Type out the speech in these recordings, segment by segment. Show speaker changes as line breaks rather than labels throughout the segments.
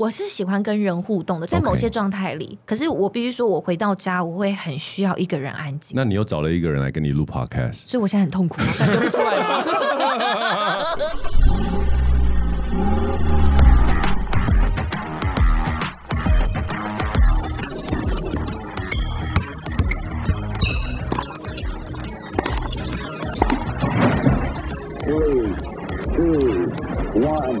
我是喜欢跟人互动的，在某
OK
些状态里。可是我必须说，我回到家，我会很需要一个人安静，
那你又找了一个人来跟你录 podcast，
所以我现在很痛 苦。啊
感觉不出来吗？
three, two, one,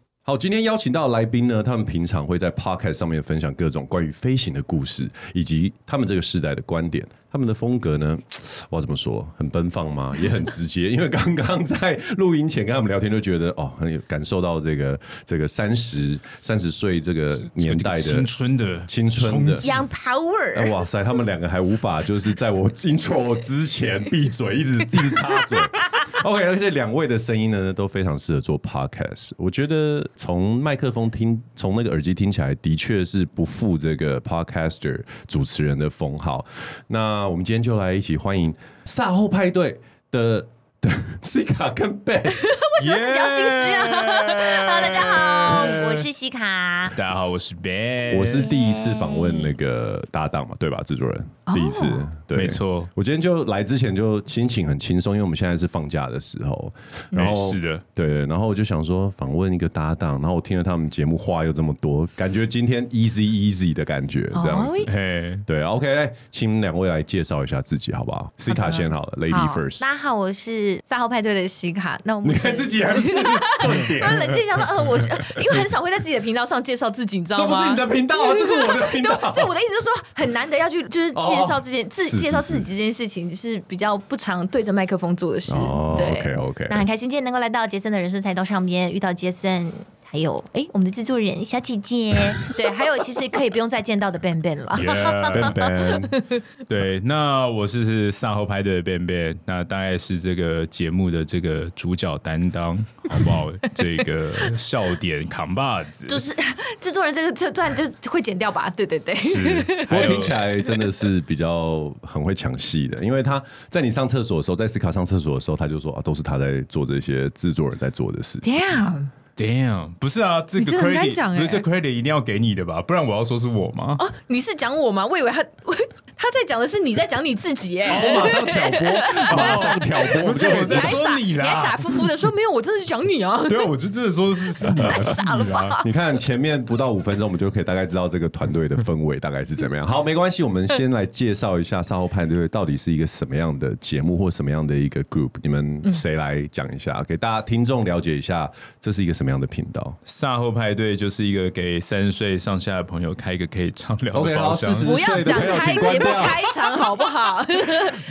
好，今天邀请到的来宾呢，他们平常会在 podcast 上面分享各种关于飞行的故事，以及他们这个世代的观点。他们的风格呢，我要怎么说？很奔放吗？也很直接。因为刚刚在录音前跟他们聊天，就觉得哦，很有感受到这个这个三十三十岁这个年代的
青春的
青春的
冲击
Young Power，、
哎，哇塞，他们两个还无法就是在我 intro 之前闭嘴，一直 一直插嘴。OK，而且两位的声音呢都非常适合做 podcast。我觉得从麦克风听，从那个耳机听起来，的确是不负这个 podcaster 主持人的封号。那我们今天就来一起欢迎赛后派对的的 Sika 跟 Ben。为
什么自己要心虚啊
Hello，
Hello，大家好，
呃
我是西卡。
大家好，我是 Ben，
我是第一次访
哎
问那个搭档嘛，对吧？制作人第一次，
哦
对，
没错
我今天就来之前就心情很轻松，因为我们现在是放假的时候，然后
哎是的，
对，然后我就想说访问一个搭档，然后我听了他们节目话又这么多，感觉今天 easy easy 的感觉这样
哦
子。
嘿，
对，OK，来请两位来介绍一下自己好不好？西卡先好了，Lady
好
first。
大家好，我是三号派对的西卡。那我们
你看自己还不是顿
我
点，
冷静一下说，呃，我是呃因为很少会在自己的频道上介绍自己，你知道
这不
吗？
是你的频道啊，这是我的频道。
对，所以我的意 思就是说，很难得要去就是
哦
介绍这件、自
是是
介绍自己这件事情是比较不常对着麦克风做的事。
哦
对
OK，OK
那很开心今天能够来到杰森的人生赛道上面遇到杰森。还有，哎，我们的制作人小姐姐，对，还有其实可以不用再见到的 Ben Ben 了。
Ben
Yeah
Ben，
对，那我是是赛后派对的 Ben Ben，那大概是这个节目的这个主角担当，好不 好？这个笑点扛把子，
就是 制作人这个这段就会剪掉吧，对对对，
是，
不过
还有
听起来真的是比较很会抢戏的，因为他在你上厕所的时候，在斯卡上厕所的时候，他就说啊，都是他在做这些制作人在做的事情。
，Damn，
Damn，不是啊，这
你
个
真的很
credit
敢讲哎
不是这 credit 一定要给你的吧？不然我要说是我吗？
哦，你是讲我吗？我以为他他在讲的是你在讲你自己耶。
我 马上 挑拨，马上挑拨，
不是哦我
你
在
还傻，
说你
还傻
啦，
乎乎的说没有，我真的是讲你啊。
对啊，我就真的说是是 你 傻了吧？
你看前面不到五分钟，我们就可以大概知道这个团队的氛围大概是怎么 样。好，没关系，我们先来介绍一下《赛后派对》到底是一个什么样的节目或什么样的一个 group。你们谁来讲一下，给大家听众了解一下，这是一个什么样的频道
赛后派对就是一个给三十岁上下的朋友开一个可以畅聊
？OK，
的
好，
包
四
厢。
十
不要
岁的
讲
朋友
开
请
节
关
目
掉。
开场好不好？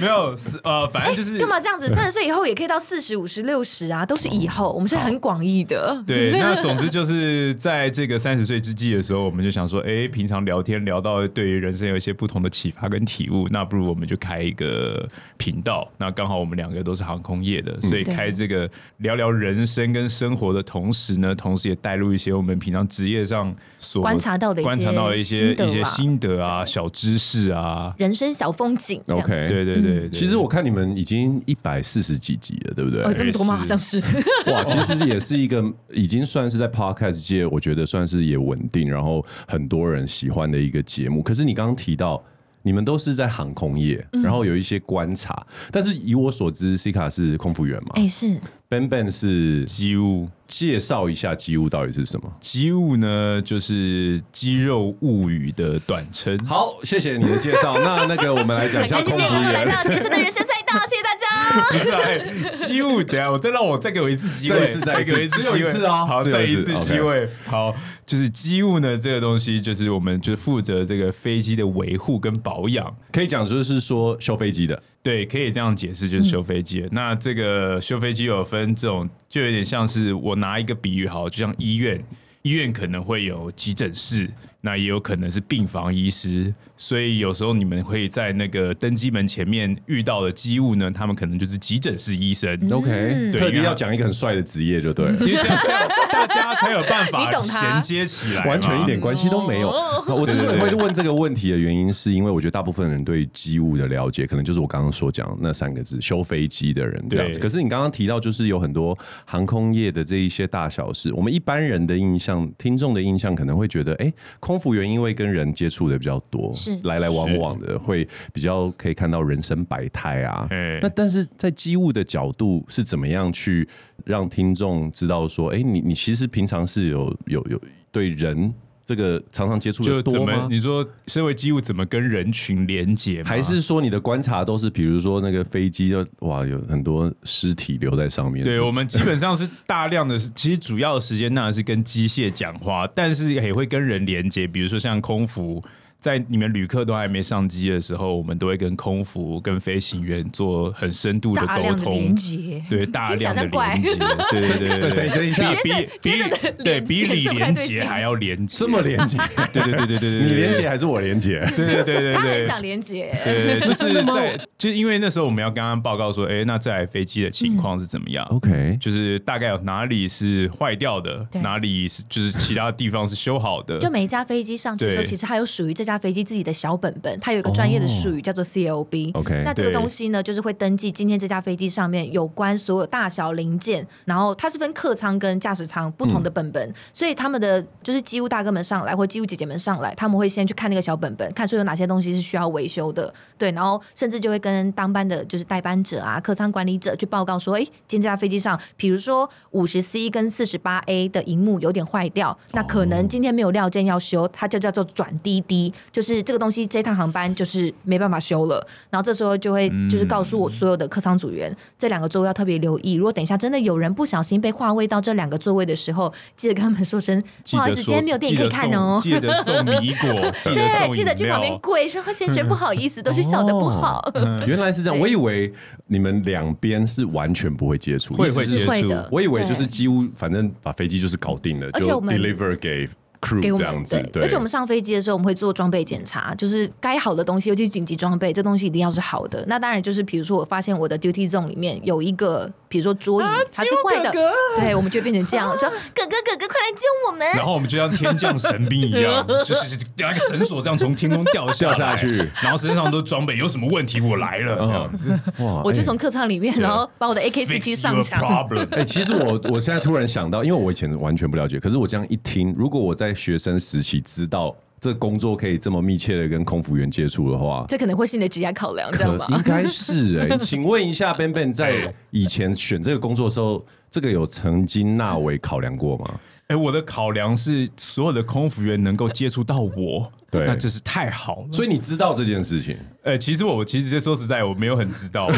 没有，是呃，反正就是
哎干嘛这样子？三十岁以后也可以到四十五、十六十啊，都是以后，我们是很广义的。
对，那总之就是在这个三十岁之际的时候，我们就想说，哎，平常聊天聊到对于人生有一些不同的启发跟体悟，那不如我们就开一个频道。那刚好我们两个都是航空业的，所以
嗯对
开这个聊聊人生跟生活的同时呢，同时也带入一些我们平常职业上所
观察到的一些
观察到的一些
心得
一些
啦
心得啊、小知识啊。
人生小风景这样
OK，
对对对，对
嗯其实我看你们已经一百四十几集了，对不对？
哦，这么多吗？好像是。
哇，其实也是一个已经算是在 podcast 界，我觉得算是也稳定，然后很多人喜欢的一个节目。可是你刚刚提到，你们都是在航空业，
嗯
然后有一些观察，但是以我所知西卡是空服员嘛、
哎，是
b e n Ben 是
机务
介绍一下机务到底是什么。
机务呢，就是肌肉物语的短 称。
好，谢谢你的介 绍。那那个我们来讲一下
感哎谢今
空
天
服
能够来
员。
到杰森的人生赛道，谢谢大家。
不是啊，哎机务，等一下我再让我再给我一次机
再
会，
一次再一次
给我一次
只有一
机会
次哦
好，
只有
再
一
一
次
次机会，好，就是机务呢，这个东西就是我们就是负责这个飞机的维护跟保养。
可以讲就是说修飞机的，
对，可以这样解释，
嗯
就是修飞机的。那这个修飞机有分这种，就有点像是我拿一个比喻，好，就像医院，医院可能会有急诊室，那也有可能是病房医师，所以有时候你们会在那个登机门前面遇到的机务呢，他们可能就是急诊室医生。
嗯
OK，
对
特地
因为
要讲一个很帅的职业就对了。
其实这样这样大家才有办法
你懂他
衔接起来嘛，
完全一点关系都没有。我之所以会问这个问题的原因，是因为我觉得大部分人对机务的了解，可能就是我刚刚所讲的那三个字——修飞机的人这样子。
对
可是你刚刚提到，就是有很多航空业的这一些大小事，我们一般人的印象、听众的印象可能会觉得，哎、空服员因为跟人接触的比较多，
是
来来往往的，会比较可以看到人生百态啊。
哎
那但是在机务的角度是怎么样去让听众知道说，哎、你你其实平常是有有有对人这个常常接触
就
的
怎
多
么
吗？
你说身为机务怎么跟人群连接吗？
还是说你的观察都是，比如说那个飞机就哇有很多尸体留在上面？
对我们基本上是大量的，其实主要的时间当然是跟机械讲话，但是也会跟人连接，比如说像空服。在你们旅客都还没上机的时候，我们都会跟空服、跟飞行员做很深度的
大
沟
量的连
通，
接，
对大量的
听起来
连接，对对对对
对，等一下，
比
Jason-
比
Jason 的
对
连
比
连
李
这么
连
对
杰
劲
还要连接，
这么连接，
对对对对对对，
你
对
连接还是我连接？
对对对对对，
他很想连接，
对，就是在就因为那时候我们要刚刚报告说，哎、那这台飞机的情况是怎么样？
OK
就是大概有哪里是坏掉的，
对
哪里是就是其他地方是修好的。
就每一架飞机上去的时候，
对
其实它有属于这架飞机自己的小本本，它有一个专业的术
哦
语叫做 CLB。
OK，
那这个
对
东西呢，就是会登记今天这架飞机上面有关所有大小零件，然后它是分客舱跟驾驶舱不
嗯
同的本本，所以他们的就是机务大哥们上来或机务姐姐们上来，他们会先去看那个小本本，看说有哪些东西是需要维修的，对，然后甚至就会跟当班的就是代班者啊、客舱管理者去报告说，哎，今天这架飞机上，比如说五十 C 跟四十八 A 的荧幕有点坏
哦
掉，那可能今天没有料件要修，它就叫做转滴滴，就是这个东西这趟航班就是没办法修了。然后这时候就会
嗯
就是告诉我所有的客舱组员，这两个座位要特别留意。如果等一下真的有人不小心被划位到这两个座位的时候，记得跟他们说声
记
不好
得
意
说
思，今天没有电影可以看哦。
记得送记得送米果，记得送
对，
饮
记得去
料
旁边跪，说先生不好意思，都是小的不好。
哦
原来是这样，
对
我以为你们两边是完全不会接触，
会会
意思
接
是
触
是会的，
我以为就是
对
几乎反正把飞机就是搞定了，
而且
就
我们
deliver 给 crew
给我
这
们
样子。对，
而且我们上飞机的时候，我们会做装备检查，就是该好的东西，尤其是紧急装备，这东西一定要是好的。那当然就是，比如说我发现我的 duty zone 里面有一个，比如说桌椅、它是坏的，对，我们就会变成这样、说：“哥哥，哥哥，快来救我们！”
然后我们就像天降神兵一样，就是拿一个绳索这样从天空掉下
掉下去
然后身上都装备，有什么问题我来了这样子。
哇
我就
哎
从客舱里面，然后把我的 AK 四
Fix
七
your
上墙。
problem
哎、其实 我我现在突然想到，因为我以前完全不了解，可是我这样一听，如果我在学生时期知道这工作可以这么密切的跟空服员接触的话，
这可能会是你的职业考量，这样
可
吧？
应该是哎、请问一下，Ben Ben 在以前选这个工作的时候，这个有曾经纳为考量过吗？
哎、我的考量是所有的空服员能够接触到我，
对
那真是太好了。
所以你知道这件事情，
哎、其实我其实说实在，我没有很知道嘛。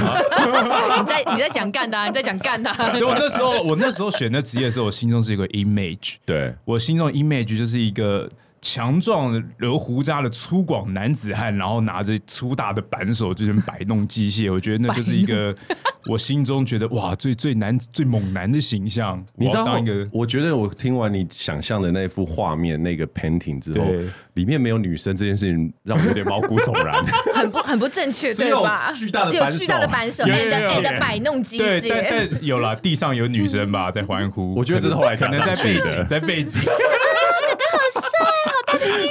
你在你在讲干的、啊，你在讲干的、 啊。
就我那时候，我那时候选那职业的时候，我心中是有个 image，
对，
我心中的 image 就是一个强壮留胡渣的粗犷男子汉，然后拿着粗大的扳手就是摆弄机械。我觉得那就是一个我心中觉得哇，最最男最猛男的形象。
你知
我要
道
当一
我
个，
我觉得我听完你想象的那幅画面，那个 painting 之后
对，
里面没有女生这件事情，让我有点毛骨悚然。
很不很不正确，
只
对
有
吧？
巨大的
只有
扳手
巨大的扳手，
有有
你的
有
你的摆弄机
对，但
械。
但有啦，地上有女生吧，在欢呼。
我觉得这是后来加
可能在
上去
背
的
景，在背 景。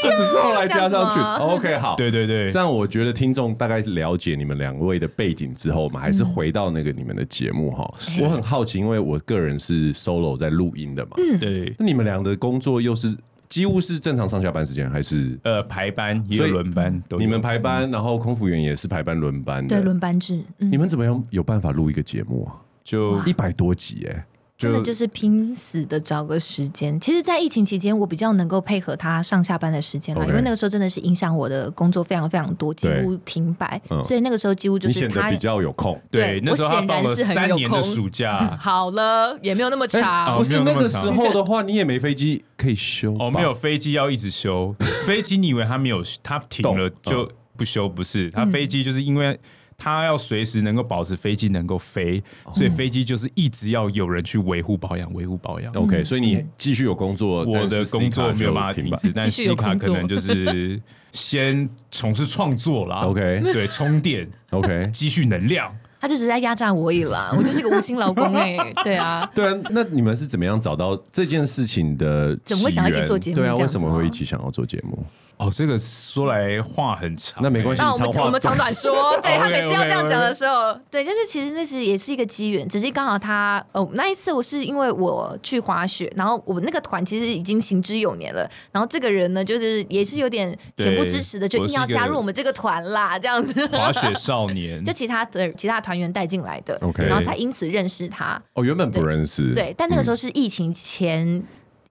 这只是后来加上
这样
去
子。吗
OK，好，
对对对
这样我觉得听众大概了解你们两位的背景之后，我们还是回到那个你们的节目哈。
嗯
我很好奇，因为我个人是 solo 在录音的嘛，
嗯
对，
那你们俩的工作又是几乎是正常上下班时间，还是
呃，排班也有
所以
轮班都有嗯
你们排班，然后空服员也是排班轮班的？
对，轮班制，嗯
你，们怎么样有办法录一个节目啊？
就
一百多集哎、
真的就是拼死的找个时间。其实，在疫情期间，我比较能够配合他上下班的时间啦
OK
因为那个时候真的是影响我的工作非常非常多，几乎停摆，
嗯
所以那个时候几乎就
你
是
显得
他
比较有空。
对
对，
那时候
我
他
显
放
然
了
是很
三
有
年的
空，
暑 假
好了，也没有那么
哎
长。
哦
不是
没有那
那
么
个
长
时候的话，你也没飞机可以休
哦，
吧
没有飞机要一 直修，飞机你以为他没有他停了
嗯
懂
就不修，不是，他飞机就是因为。它要随时能够保持飞机能够飞，
哦
所以飞机就是一直要有人去维护保养，维护保
哦
养。
OK，所以你继续有工作，
嗯我
但是
的
C
工
卡
作没有
就
办法停
停摆
止，但
继续有
西卡
工
可
作
能就是先从事创作啦。
OK
对，充电，
OK，
积蓄能量。
他就只是在压榨我而已啦，我就是一个无薪劳 工哎、对啊，
对啊，那你们是怎么样找到这件事情的起源？
怎么会想要一起做节目
对啊，
这
为
样子
什
吗
么会一起想要做节目？
哦，这个说来话很长，
那没关系
那我们
长话
我们长短说，对他
OK，OK，OK
每次要这样讲的时候，对，但是其实那是也是一个机缘，只是刚好他呃那一次我是因为我去滑雪，然后我们那个团其实已经行之有年了，然后这个人呢就是也是有点恬不知耻的，
对
就硬要
我是一个
加入我们这个团啦，这样子。
欸滑雪少 年
就。其他的其他团员带进来的
OK
然后才因此认识他。
哦，原本不认识，嗯
对，但那 个时候是疫情前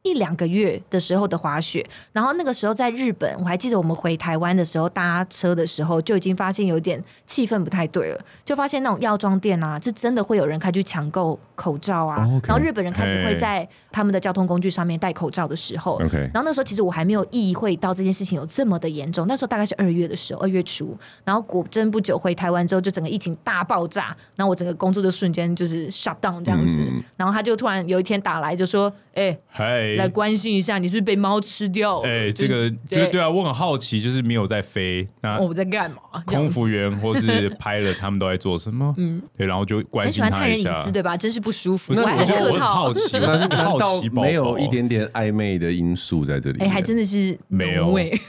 一两个月的时候的滑雪，然后那个时候在日本，我还记得我们回台湾的时候搭车的时候，就已经发现有点气氛不太对了，就发现那种药妆店啊，是真的会有人开去抢购口罩啊
哦，OK
然后日本人开始会
嘿
在他们的交通工具上面戴口罩的时候
OK
然后那时候其实我还没有意会到这件事情有这么的严重，那时候大概是二月的时候，二月初，然后果真不久回台湾之后，就整个疫情大爆炸，然后我整个工作就瞬间就是 shut down 这样子，然后他就突然有一天打来就说，哎、
嗨，
来关心一下，你是不是被猫吃掉了？
哎，
呃就
这个
对
就对啊，我很好奇，就是没有在飞，那
哦我在干嘛？这样
空
子
服员或是拍了他们都在做 什么？嗯，对，然后就关
很喜
心
欢探
他
人
一
隐
下
私。对吧？真是不舒服，
不
我
是，我
还很
就
客
我很
套
好。奇，我
但
真
是
是个
难
好
道
奇宝宝，
没有一点点暧昧的因素在这里
哎、
面？
还真的是欸
没有
浓味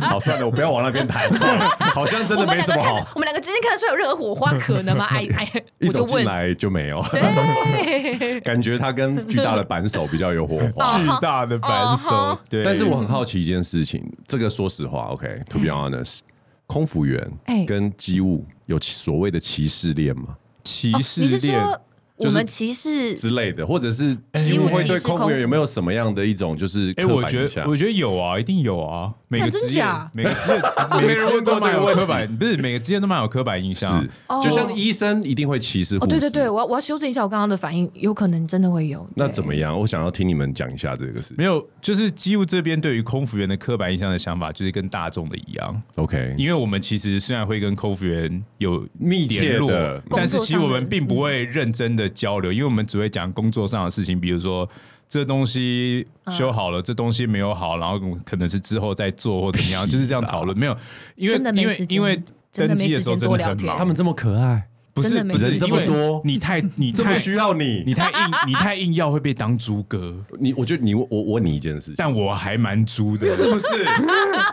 好，算了，我不要往那边 谈，好像真
我
的
们
没
两
什
个
么
看
好
着。，我们两个之间看得出来有任何火花可 能吗？哎哎，
一
我就
走
问
进，来就没有，
对，
感觉他跟巨大的扳手比较有火 花。
巨大的
哦好
扳手。对，
但是我很好奇一件事情，这个说实话，OK，To、be honest，空服员
哎
跟机务有所谓的歧视恋吗？
歧
哦
视
你是
恋
说我们歧视
之类的，或者是
机
机
务
务
歧视
会对空
空
服
服
员有没有什么样的一种就是
哎、
刻
我
板
觉
印象
得我觉得有啊，一定有啊，每个
真
职业
假
每个职 业每个职业都蛮有
问
刻板，不是每个职业都蛮有刻板印象
是。，就像医生一定会歧视护
哦，对
士，
对对，我要我要修正一下我刚刚的反应，有可能真的会有。
那
对
怎么样？我想要听你们讲一下这个事情。
没有，就是机务这边对于空服员的刻板印象的想法，就是跟大众的一样。
OK，
因为我们其实虽然会跟空服员有
密切
联络
的
但是其实我
工作上
们
的
并不会认真的交流，因为我们只会讲工作上的事情，比如说这东西修好了，这东西没有好，然后可能是之后再做或怎么样，就是这样讨论。没有，因为
真的没
因为
时间
因为
真的
登
没
机的
时
时候
间
真
多
的
聊
很
天
忙，
他们这么可爱，
不是
真的没
不是
时间
因为
这么多
你太你
这
太
么需要你，
你
你
太硬，你太硬要会被当猪哥，
你，我觉得你我我问你一件事情，
但我还蛮猪的。
是不是？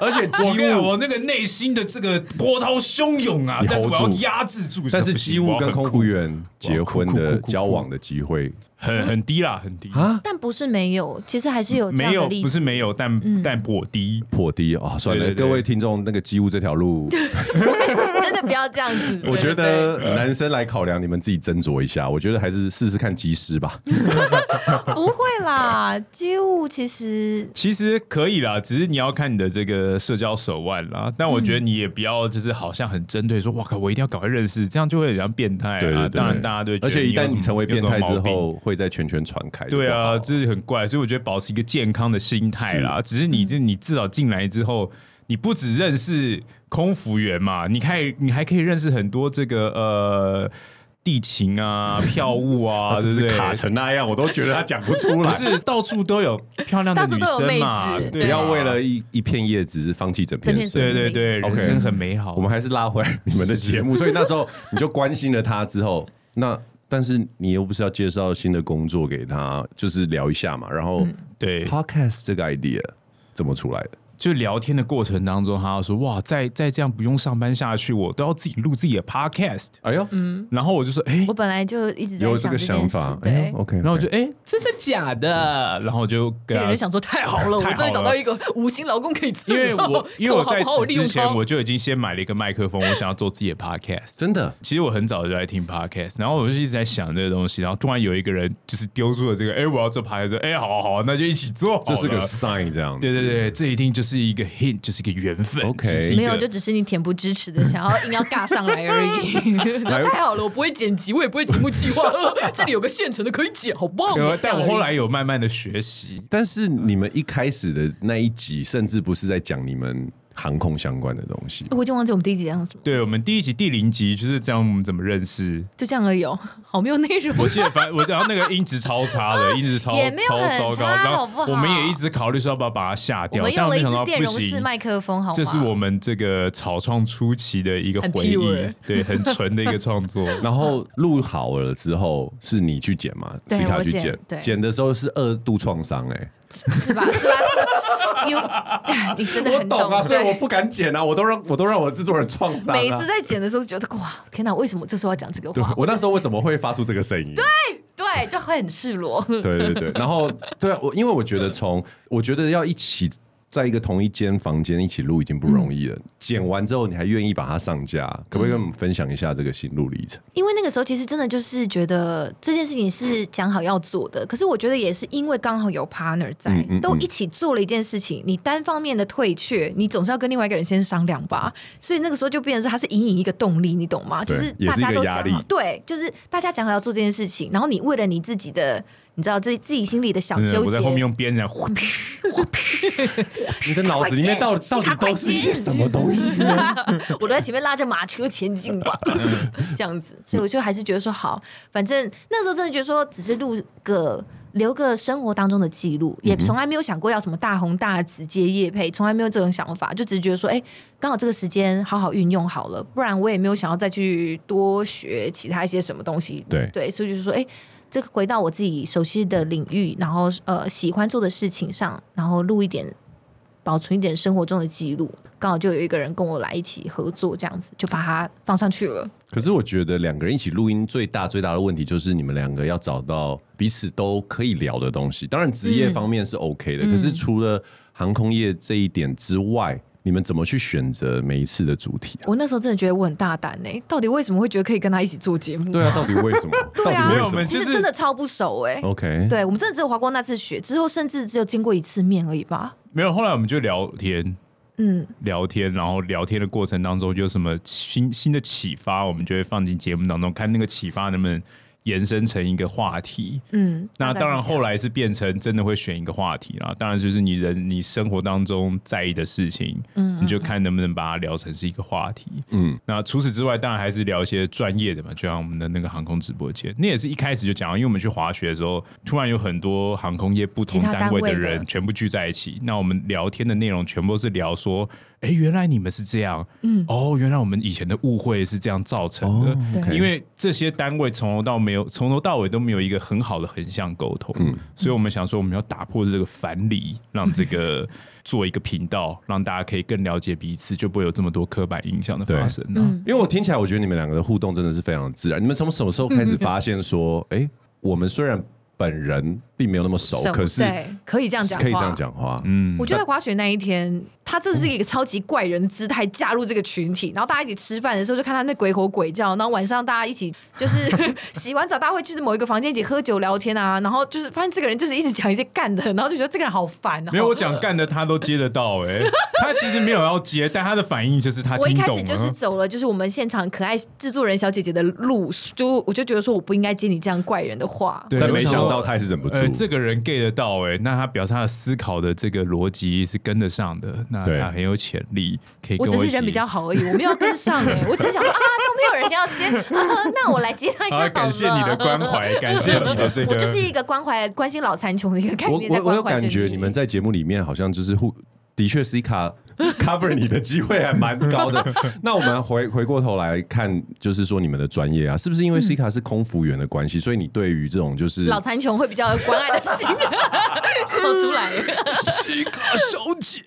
而且
我跟你
机
讲
务，
我那个内心的这个波涛汹涌啊
你，
但是
hold
我要
住
压制住。
但是
不行
机
我
务
要
跟
很
空
酷
服员结婚
酷酷
的
酷酷酷
交往的机会，
很很低啦，很低
啊
但不是没有，其实还是有这
没
样的
有
例
不
子嗯
是。没有，但、但颇低。
破低啊！算了，
对对对
各位听众，那个机务这条 路，
真的不要这样子。
我觉
对
得男生来考量，你们自己斟酌一下。我觉得还是试试看机师吧。
对对不会啦，机务其实
其实可以啦，只是你要看你的这个社交手腕啦。但我觉得你也不要就是好像很针对说，哇靠，我一定要赶快认识，这样就会很像变态啊。
对对对，
当然大家都会觉
而
得
且一旦
有什
你
么
成为变态之，
有什么毛病
后，会在圈圈传开。
对啊，
这
这是很怪。所以我觉得保持一个健康的心态啦，只是
嗯
你这你至少进来之后，你不只认识空服员
嗯
嘛，你还你还可以认识很多这个呃。地勤 啊，票务啊，对不对？
那样，我都觉得他讲不出
不。 是到处都有漂亮的
到处
女
都有
生
妹
嘛
子，
对啊
不
吧
要为了一一片叶子放弃整
整
片
片
森
对
林。
对对，
OK
人生很美好。啊
我们还是拉回来你们的节目，所以那时候你就关心了他之 后，那但是你又不是要介绍新的工作给他，就是聊一下嘛。然后
对
podcast 这个 idea 怎么出来的？
就聊天的过程当中，他说：“哇，再再这样不用上班下去，我都要自己录自己的 podcast。
哎呦，”
嗯
然后我就说：“哎
我，本来就一直在
有这
想
个
件
想
事
法，哎
对
呦。，OK。
然 后我就哎，真的假的？”然后我就
这个
跟他
人就想说太好了，我
哦太好
终于找到
了
一个无薪劳工可以自
因为
由
我因为我
看
在
好不好
此
利用
之前
它
我就已经先买了一个麦克风，我想要做自己的 podcast。
真的，
其实我很早就在听 podcast，然后我就一直在想这个东西，然后突然有一个人就是丢出了这个，哎、我要做 podcast，说哎、好啊好啊，那就一起做好了
这是个 sign 这样子。
对对对，这一定就是一个 hint，就是一个缘分。
OK
就是 一个
没有，就只是你恬不知耻的想要硬要尬上来而已。 然后太好了，我不会剪辑，我也不会节目计划，呃这里有个现成的可以剪，好棒
有
哦！
啊但我
这样而已
后来有慢慢的学习。
但是你们一开始的那一集，甚至不是在讲你们航空相关的东西。
我已经忘记我们第一集讲什么，
对我们第一集第零集就是这样，我们怎么认识？
就这样而已、哦，好没有内容。
我记得反我然后那个音质超差 的，音质超
也没有
超
很
糟糕，
差
然
好不
后
好
我们也一直考虑说要不要把它下
我
掉，
们
但
用
我
了一
们想
支
到
电
不
容式
行。
麦克风，好吗？
这是我们这个草创初期的一个
很
回忆
pure，
对，很纯的一个创 作。
然后录好了之后，是你去剪嘛？
对
斯卡
我
去
剪
剪，
对
剪的时候是二度创伤哎、
是吧？是吧？因为 你真的很对
敢剪啊啊，我都让我都让我制作人创伤啊
每次在剪的时候就觉得哇，天哪，为什么这时候要讲这个
对
话？
我那时候为什么会发出这个声音？对
对，就会很赤裸。
对对对，然后对啊，我因为我觉得从我觉得要一起在一个同一间房间一起录已经不容易了，剪完之后你还愿意把它上架，可不可以跟我们分享一下这个心路历程？
因为那个时候其实真的就是觉得这件事情是讲好要做的，可是我觉得也是因为刚好有 partner 在，
嗯嗯
都一起做了一件事情，你单方面的退却，你总是要跟另外一个人先商量吧。所以那个时候就变成是它是隐隐一个动力，你懂吗？就
对
是
也
大
是一
家
个
都
压
讲
力
好，对，就是大家讲好要做这件事情，然后你为了你自己的，你知道自己自己心里的小
嗯
真的
纠
我
结
在，后面用鞭子来，
你的脑子里面到到底都是一些什么 东西呢？
我都在前面拉着马车前进吧，这样子，所以我就还是觉得说好，反正那时候真的觉得说只是录个留个生活当中的记录，也从来没有想过要什么大红大紫接业配，从来没有这种想法，就只是觉得说，哎、刚好这个时间好好运用好了，不然我也没有想要再去多学其他一些什么东西，
对
对，所以就是说，哎、这个回到我自己熟悉的领域，然后呃喜欢做的事情上，然后录一点保存一点生活中的记录。刚好就有一个人跟我来一起合作，这样子就把它放上去了。
可是我觉得两个人一起录音最大最大的问题就是你们两个要找到彼此都可以聊的东西。当然职业方面是 OK 的，可是除了航空业这一点之外，你们怎么去选择每一次的主题啊？
我那时候真的觉得我很大胆呢、到底为什么会觉得可以跟他一起做节目？
对啊，到底为 什么？到
对啊，
底为
我
什么
们
其
就
实
是
真的超不熟哎、
？OK，
对，我们真的只有滑过那次雪，之后甚至只有见过一次面而已吧。
没有。后来我们就聊天，
嗯，
聊天，然后聊天的过程当中有什么新新的启发，我们就会放进节目当中，看那个启发能不能延伸成一个话题。
嗯，
那
大概
当
是
然，
这样
后来是变成真的会选一个话题啦。当然，就是你人你生活当中在意的事情，嗯，你就看能不能把它聊成是一个话题。
嗯，
那除此之外，当然还是聊一些专业的嘛，就像我们的那个航空直播间，那也是一开始就讲到，因为我们去滑雪的时候，突然有很多航空业不
其
同
他
单位的
单位的
人全部聚在一起，那我们聊天的内容全部都是聊说，哎，原来你们是这样，嗯，哦，原来我们以前的误会是这样造成的，
哦
对
因为这些单位从头到没有，从头到尾都没有一个很好的横向沟通，所以我们想说我们要打破这个樊篱，让这个做一个频道，让大家可以更了解彼此，就不会有这么多刻板印象的发生啊。
嗯
因为我听起来，我觉得你们两个的互动真的是非常自然。你们从什么时候开始发现说，哎，我们虽然本人并没有那么熟，
熟
哦可是
对可以这样讲，
可以这样。讲话？
嗯
我觉得在滑雪那一天，他这是一个超级怪人的姿态加入这个群体，然后大家一起吃饭的时候就看他那鬼吼鬼叫，然后晚上大家一起就是 洗完澡，大家会去某一个房间一起喝酒聊天啊，然后就是发现这个人就是一直讲一些干的，然后就觉得这个人好烦、啊。
没有，我讲干的他都接得到哎、他其实没有要接，但他的反应就是他
我一
听
开
懂
始
了。
就是走了，就是我们现场可爱制作人小姐姐的路，就我就觉得说我不应该接你这样怪人的话。
对
但
就
没
是
想
说
到他还是忍不住
呃，。这个人 get 得到哎、那他表示他的思考的这个逻辑是跟得上的，那
对
他很有潜力，可以
我
跟
只是
一起
人比较好而已，我没有跟上哎、我只是想说啊，都没有人要接，啊那我来接他一下好
啊，
了。
感谢你的关怀，感谢你的这 个，
我就是一个关怀关心老残穷的一个概
我
念，在
我我
关
有
怀
感
着
觉你们在节目里面好像就是互，的确是一卡 cover 你的机会还蛮高的。那我们回回过头来看，就是说你们的专业啊，是不是因为 C 卡是空服员的关系，所以你对于这种就是
老残穷会比较有关爱的心，笑出来了。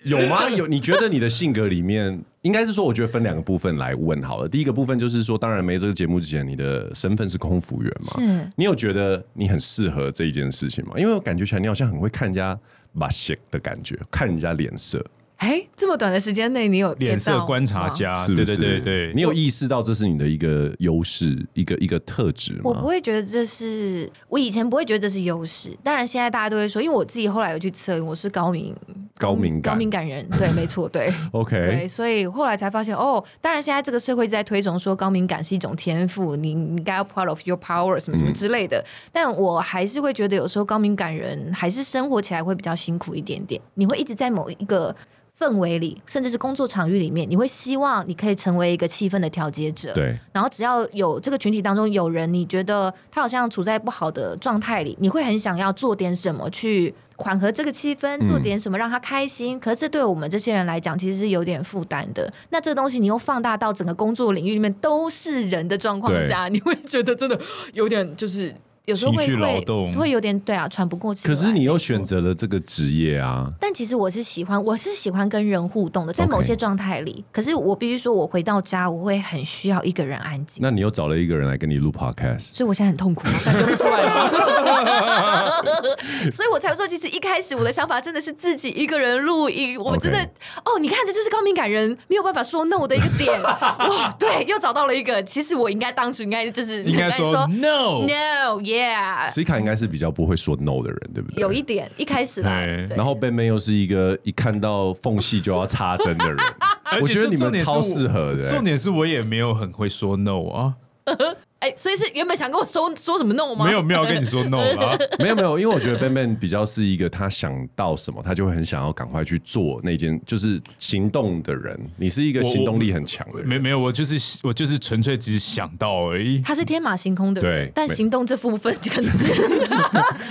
有吗？有？你觉得你的性格里面，应该是说，我觉得分两个部分来问好了。第一个部分就是说，当然没这个节目之前，你的身份是空服员嘛？
是
你有觉得你很适合这一件事情吗？因为我感觉起来你好像很会看人家把戏的感觉，看人家脸色，
哎，这么短的时间内，你有
脸色观察
点到吗？
家，
是不
对
哦是？
啊对对对，
你有意识到这是你的一个优势，一个一个特质吗？
我不会觉得这是我以前不会觉得这是优势，当然现在大家都会说，因为我自己后来有去测，我是高敏
高敏感
嗯高敏感人， 对，没错，对。对，
OK，
所以后来才发现哦，当然现在这个社会一直在推崇说高敏感是一种天赋，你你应该要 proud of your power 什么什
嗯
么之类的。但我还是会觉得有时候高敏感人还是生活起来会比较辛苦一点点，你会一直在某一个。氛围里，甚至是工作场域里面，你会希望你可以成为一个气氛的调节者。
对，
然后只要有这个群体当中有人，你觉得他好像处在不好的状态里，你会很想要做点什么去缓和这个气氛，做点什么让他开心。可是这对我们这些人来讲，其实是有点负担的。那这东西你又放大到整个工作领域里面都是人的状况下，你会觉得真的有点就是。有时候会
情绪劳
会
动
会有点对啊，喘不过气来。
可是你又选
择。
择了这个职业啊，
但其实我是喜欢，我是喜欢跟人互动的，在
OK
某些状态里。可是我必须说，我回到家，我会很需要一个人安静。
那你又找了一个人来跟你录 podcast，
所以我现在很痛 苦，感觉不出来吗？ 所以我才说，其实一开始我的想法真的是自己一个人录音，我们真的
OK
哦，你看这就是高敏感人没有办法说 no 的一个 点。哇，对，又找到了一个，其实我应该当初应该就是
应该说 no。
no，yeah，
斯卡应该是比较不会说 no 的人，对不对？
有一点一开始来，
对
对
然后贝贝又是一个一看到缝隙就要插 针的人，
而且
我觉得你
重
们
点是我
超适合的、欸
重点是我也没有很会说 no 啊，
哎，所以是原本想跟我说说什么 no 吗？
没有没有要跟你说 no 啊，
没有没有，因为我觉得 Ben Ben 比较是一个他想到什么，他就会很想要赶快去做那件，就是行动的人。你是一个行动力很强的人，
没没有，我就是我就是纯粹只是想到而已。
他是天马行空的人，
对
但
没
行动这部分可能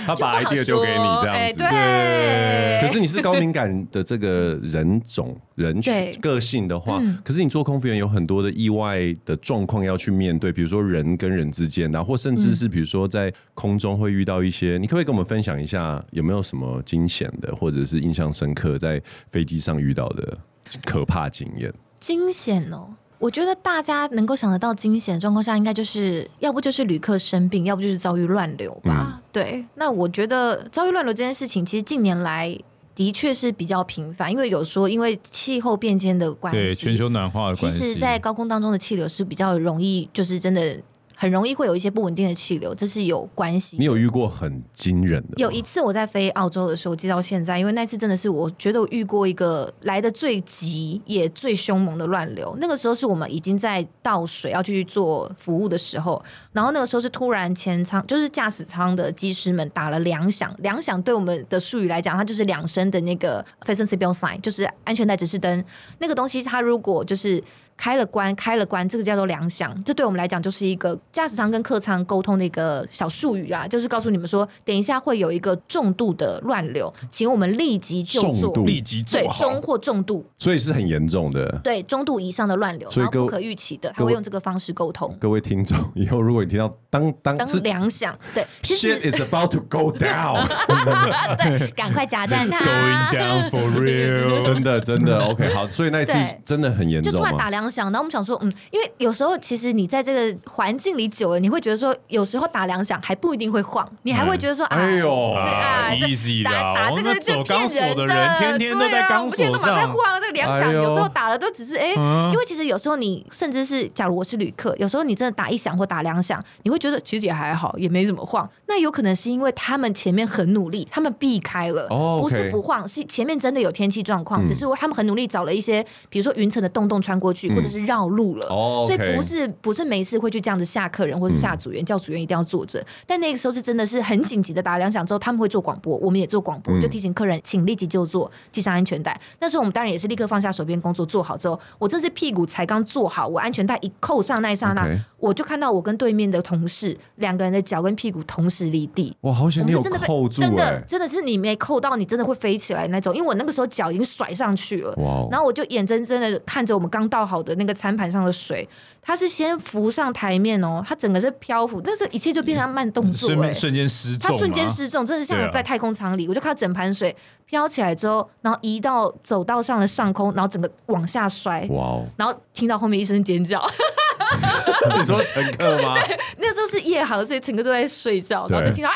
他
就不
把
好
idea
说。
丢给你这
哎
样子。
对。
可是你是高敏感的这个人种、人 群
对、嗯
个性的话，可是你做空服员有很多的意外的状况要去面对，比如说人跟人之间啊的，或甚至
嗯
是比如说在空中会遇到一些，你可不可以跟我们分享一下有没有什么惊险的，或者是印象深刻在飞机上遇到的可怕经验？
惊险哦。我觉得大家能够想得到惊险的状况下，应该就是要不就是旅客生病，要不就是遭遇乱流吧。
嗯
对，那我觉得遭遇乱流这件事情，其实近年来的确是比较频繁，因为有说因为气候变迁的关
对
系，
全球暖化的
其
关系，
实，在高空当中的气流是比较容易，就是真的很容易会有一些不稳定的气流，这是有关系的。
你有遇过很惊人的吗？
有一次我在飞澳洲的时候，记到现在，因为那次真的是我觉得我遇过一个来的最急也最凶猛的乱流。那个时候是我们已经在倒水要去做服务的时候，然后那个时候是突然前舱就是驾驶舱的机师们打了两响，两响对我们的术语来讲，它就是两声的那个 f a s t e n signal sign，就是安全带指示灯那个东西，它如果就是。开了关，开了关，这个叫做两响，这对我们来讲就是一个驾驶舱跟客舱沟通的一个小术语啊，就是告诉你们说，等一下会有一个重度的乱流，请我们立即就
重
坐，
度
立即做
对
好
中。或重度，
所以是很严重的。
对中度以上的乱流，
所以
然后
各
不
位
可预期的，
各
他
位
会用这个方式沟通。
各位听众，以后如果你听到当当
当
是
两响，对，其
shit
实
is about to go down，
对，赶快夹蛋啊
Going
它。
down for real，
真的真的 OK 好，所以那一次
对
真的很严
就
重
突然
吗
打？两响，然后我们想说，嗯，因为有时候其实你在这个环境里久了，你会觉得说，有时候打两响还不一定会晃，你还会觉得说，
嗯
哎呦
这啊，这
easy 啦
打打这
我
个
们
是
走
骗
钢索
人
的人天天都在
对啊，
钢
我们天天都
索
马在
上嗯
晃这个两
哎
响，
呦
有时候打了都只是哎，因为其实有时候你甚至是，假如我是旅客，有时候你真的打一响或打两响，你会觉得其实也还好，也没怎么晃。那有可能是因为他们前面很努力，他们避开了，
哦，OK 嗯
不是不晃，是前面真的有天气状况，只是他们很努力找了一些，比如说云层的洞洞穿过去，或者是绕路了，
嗯哦
所以
OK
不是不是没事会去这样子吓客人或是吓组员，叫组员一定要坐
嗯
着。但那个时候是真的是很紧急的打两响之后，他们会做广播，我们也做广
嗯
播，就提醒客人请立即就坐，系上安全带。那时候我们当然也是立刻放下手边工作，做好之后，我真是屁股才刚坐好，我安全带一扣上那一刹那
OK
我就看到我跟对面的同事两个人的脚跟屁股同时离地。
哇，好
我
险你
们
有
是真的被
扣住
真
哎、
的真的是你没扣到，你真的会飞起来那种。因为我那个时候脚已经甩上去了，
哇哦
然后我就眼睁睁的看着我们刚倒好的那个餐盘上的水，它是先浮上台面哦，它整个是漂浮，但是一切就变成慢动
嗯
作、
瞬
哎
间瞬间失
它
重啊，
瞬间失重，真的
对
像
啊
在太空舱里，我就看到整盘水飘起来之后，然后移到走道上的上空，然后整个往下摔，
哇哦！
然后听到后面一声尖叫。
你说乘客吗？
那时候是夜航，所以乘客都在睡觉，然后
对
就听到啊，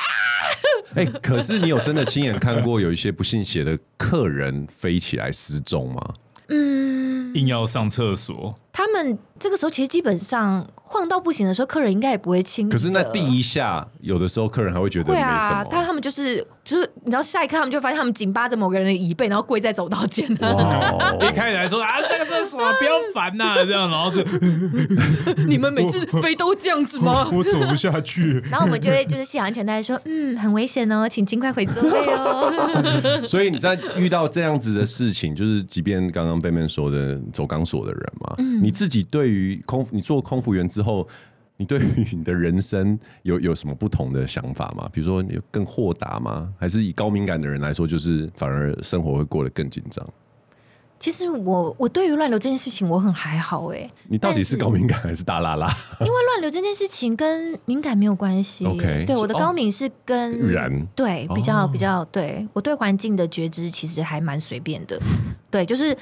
哎、可是你有真的亲眼看过有一些不信邪的客人飞起来失踪吗？
嗯。
硬要上厕所，
他们这个时候其实基本上晃到不行的时候，客人应该也不会轻易的。
可是那第一下，有的时候客人还会觉得
会
没什
啊
么，。
但他们就是就是，你知道下一刻他们就发现他们紧扒着某个人的椅背，然后跪在走道间。
哇
一开始还说啊，这个这是 什么？不要烦呐、这样，然后就
你们每次飞都这样子吗？
我走不下去。
然后我们就会就是系好安全带，说嗯，很危险哦，请尽快回座位 哦。
所以你在遇到这样子的事情，就是即便刚刚贝贝说的走钢索的人嘛，
嗯
你自己对于空你做空服员之后，你对于你的人生有有什么不同的想法吗？比如说你更豁达吗？还是以高敏感的人来说，就是反而生活会过得更紧张？
其实我我对于乱流这件事情我很还好哎、
你到底是
但是
高敏感还是大拉拉？
因为乱流这件件事情跟敏感没有关系。
OK，
对
是
我的
哦
高敏是跟
然
对比较比较对我对环境的觉知其实还蛮随便的，对，就是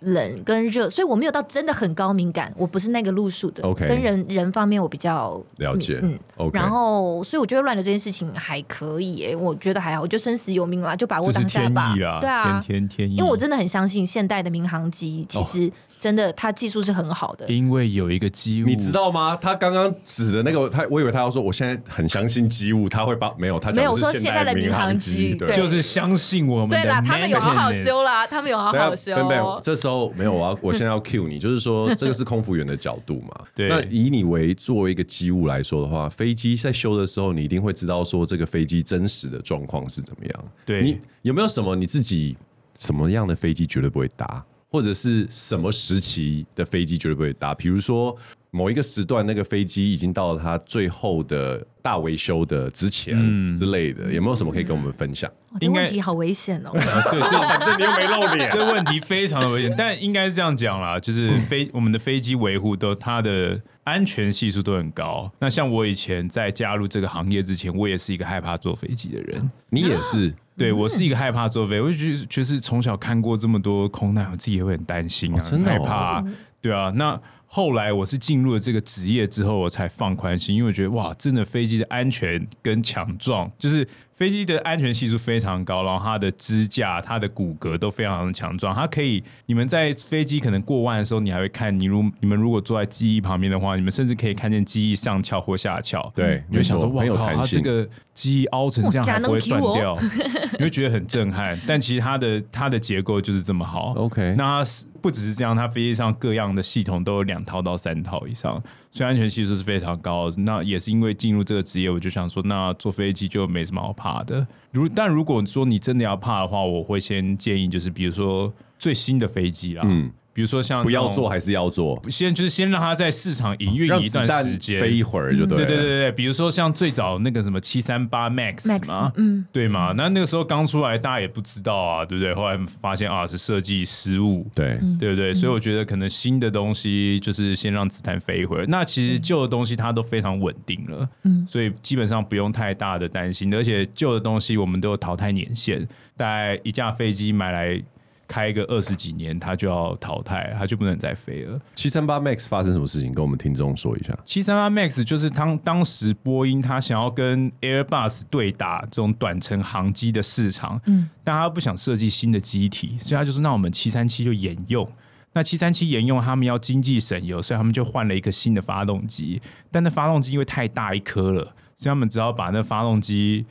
冷跟热，所以我没有到真的很高敏感，我不是那个路数的。
OK
跟人人方面我比较
了解
嗯。
，OK。
然后，所以我觉得乱流这件事情还可以、欸，我觉得还好，我就生死有命啦，就把握
这是
当下
天
吧。
意
对
啦，
啊，
天天天意。
因为我真的很相信现代的民航机，其实真的它技术是很好的。
因为有一个机务，
你知道吗？他刚刚指的那个，他我以为他要说，我现在很相信机务，他会把没有，他讲的
没有
是
说
现
现
代
代的
民
民
航
航
机
机
对
对
就是相信我们的。
对啦，他们有好好修。啦，他们有好
等下
好修。哦
笨
哦
笨这时候没有，我 要我现在要 cue 你，就是说这个是空服员的角度嘛。
对
那以你为作为一个机务来说的话，飞机在修的时候，你一定会知道说这个飞机真实的状况是怎么样。
对
你有没有什么你自己什么样的飞机绝对不会搭，或者是什么时期的飞机绝对不会搭？比如说。某一个时段，那个飞机已经到了它最后的大维修的之前
嗯
之类的，有没有什么可以跟我们分享？
哇这
应该
问题好危险 哦。
对，这反正
你又没露
啊
脸
这问题非常的危险， 但应该是这样讲啦，就是飞我们的飞机维护都它的安全系数都很高。那像我以前在加入这个行业之前，我也是一个害怕坐飞机的人。
你也是，
对我是一个
嗯
害怕坐飞，我就觉得就是从小看过这么多空难，我自己也会很担心啊，
哦真的哦
很害怕啊、对啊。那后来我是进入了这个职业之后，我才放宽心，因为我觉得哇，真的飞机的安全跟强壮，就是飞机的安全系数非常高，然后它的支架、它的骨骼都非常的强壮，它可以你们在飞机可能过弯的时候，你还会看，你如你们如果坐在机翼旁边的话，你们甚至可以看见机翼上翘或下翘，
对
你就想说
没错
哇
很有
靠，
弹
它
性
这个机翼凹成这样
哇
还不会
假
断
能 Q 哦
掉。你会觉得很震 撼。但其实它的它的结构就是这么好。
OK
那它是不只是这样，它飞机上各样的系统都有两套到三套以上，所以安全系数是非常高的。那也是因为进入这个职业，我就想说，那坐飞机就没什么好怕的。如但如果说你真的要怕的话，我会先建议就是，比如说最新的飞机啦，嗯，比如说像
不要
那种
做，还是要做，
先就是先让它在市场营运
让
一
子
段
弹
时间，嗯
飞一会儿就对了。
对对对对，比如说像最早那个什么七三八 Max
Max，
嘛，嗯，对嘛，那那个时候刚出来，大家也不知道啊，对不对？后来发现啊是设计失误，
对
对不对？所以我觉得可能新的东西就是先让子弹飞一会儿。那其实旧的东西它都非常稳定了，嗯，所以基本上不用太大的担心。而且旧的东西我们都有淘汰年限，大概一架飞机买来开个二十几年，它就要淘汰，它就不能再飞了。
七三八 Max 发生什么事情，跟我们听众说一下。
七三八 MAX 就是当当时波音他想要跟 Airbus 对打这种短程航机的市场，嗯，但他不想设计新的机体，所以他就说那我们七三七就沿用。那七三七沿用，他们要经济省油，所以他们就换了一个新的发动机。但那发动机因为太大一颗了，所以他们只好把那发动机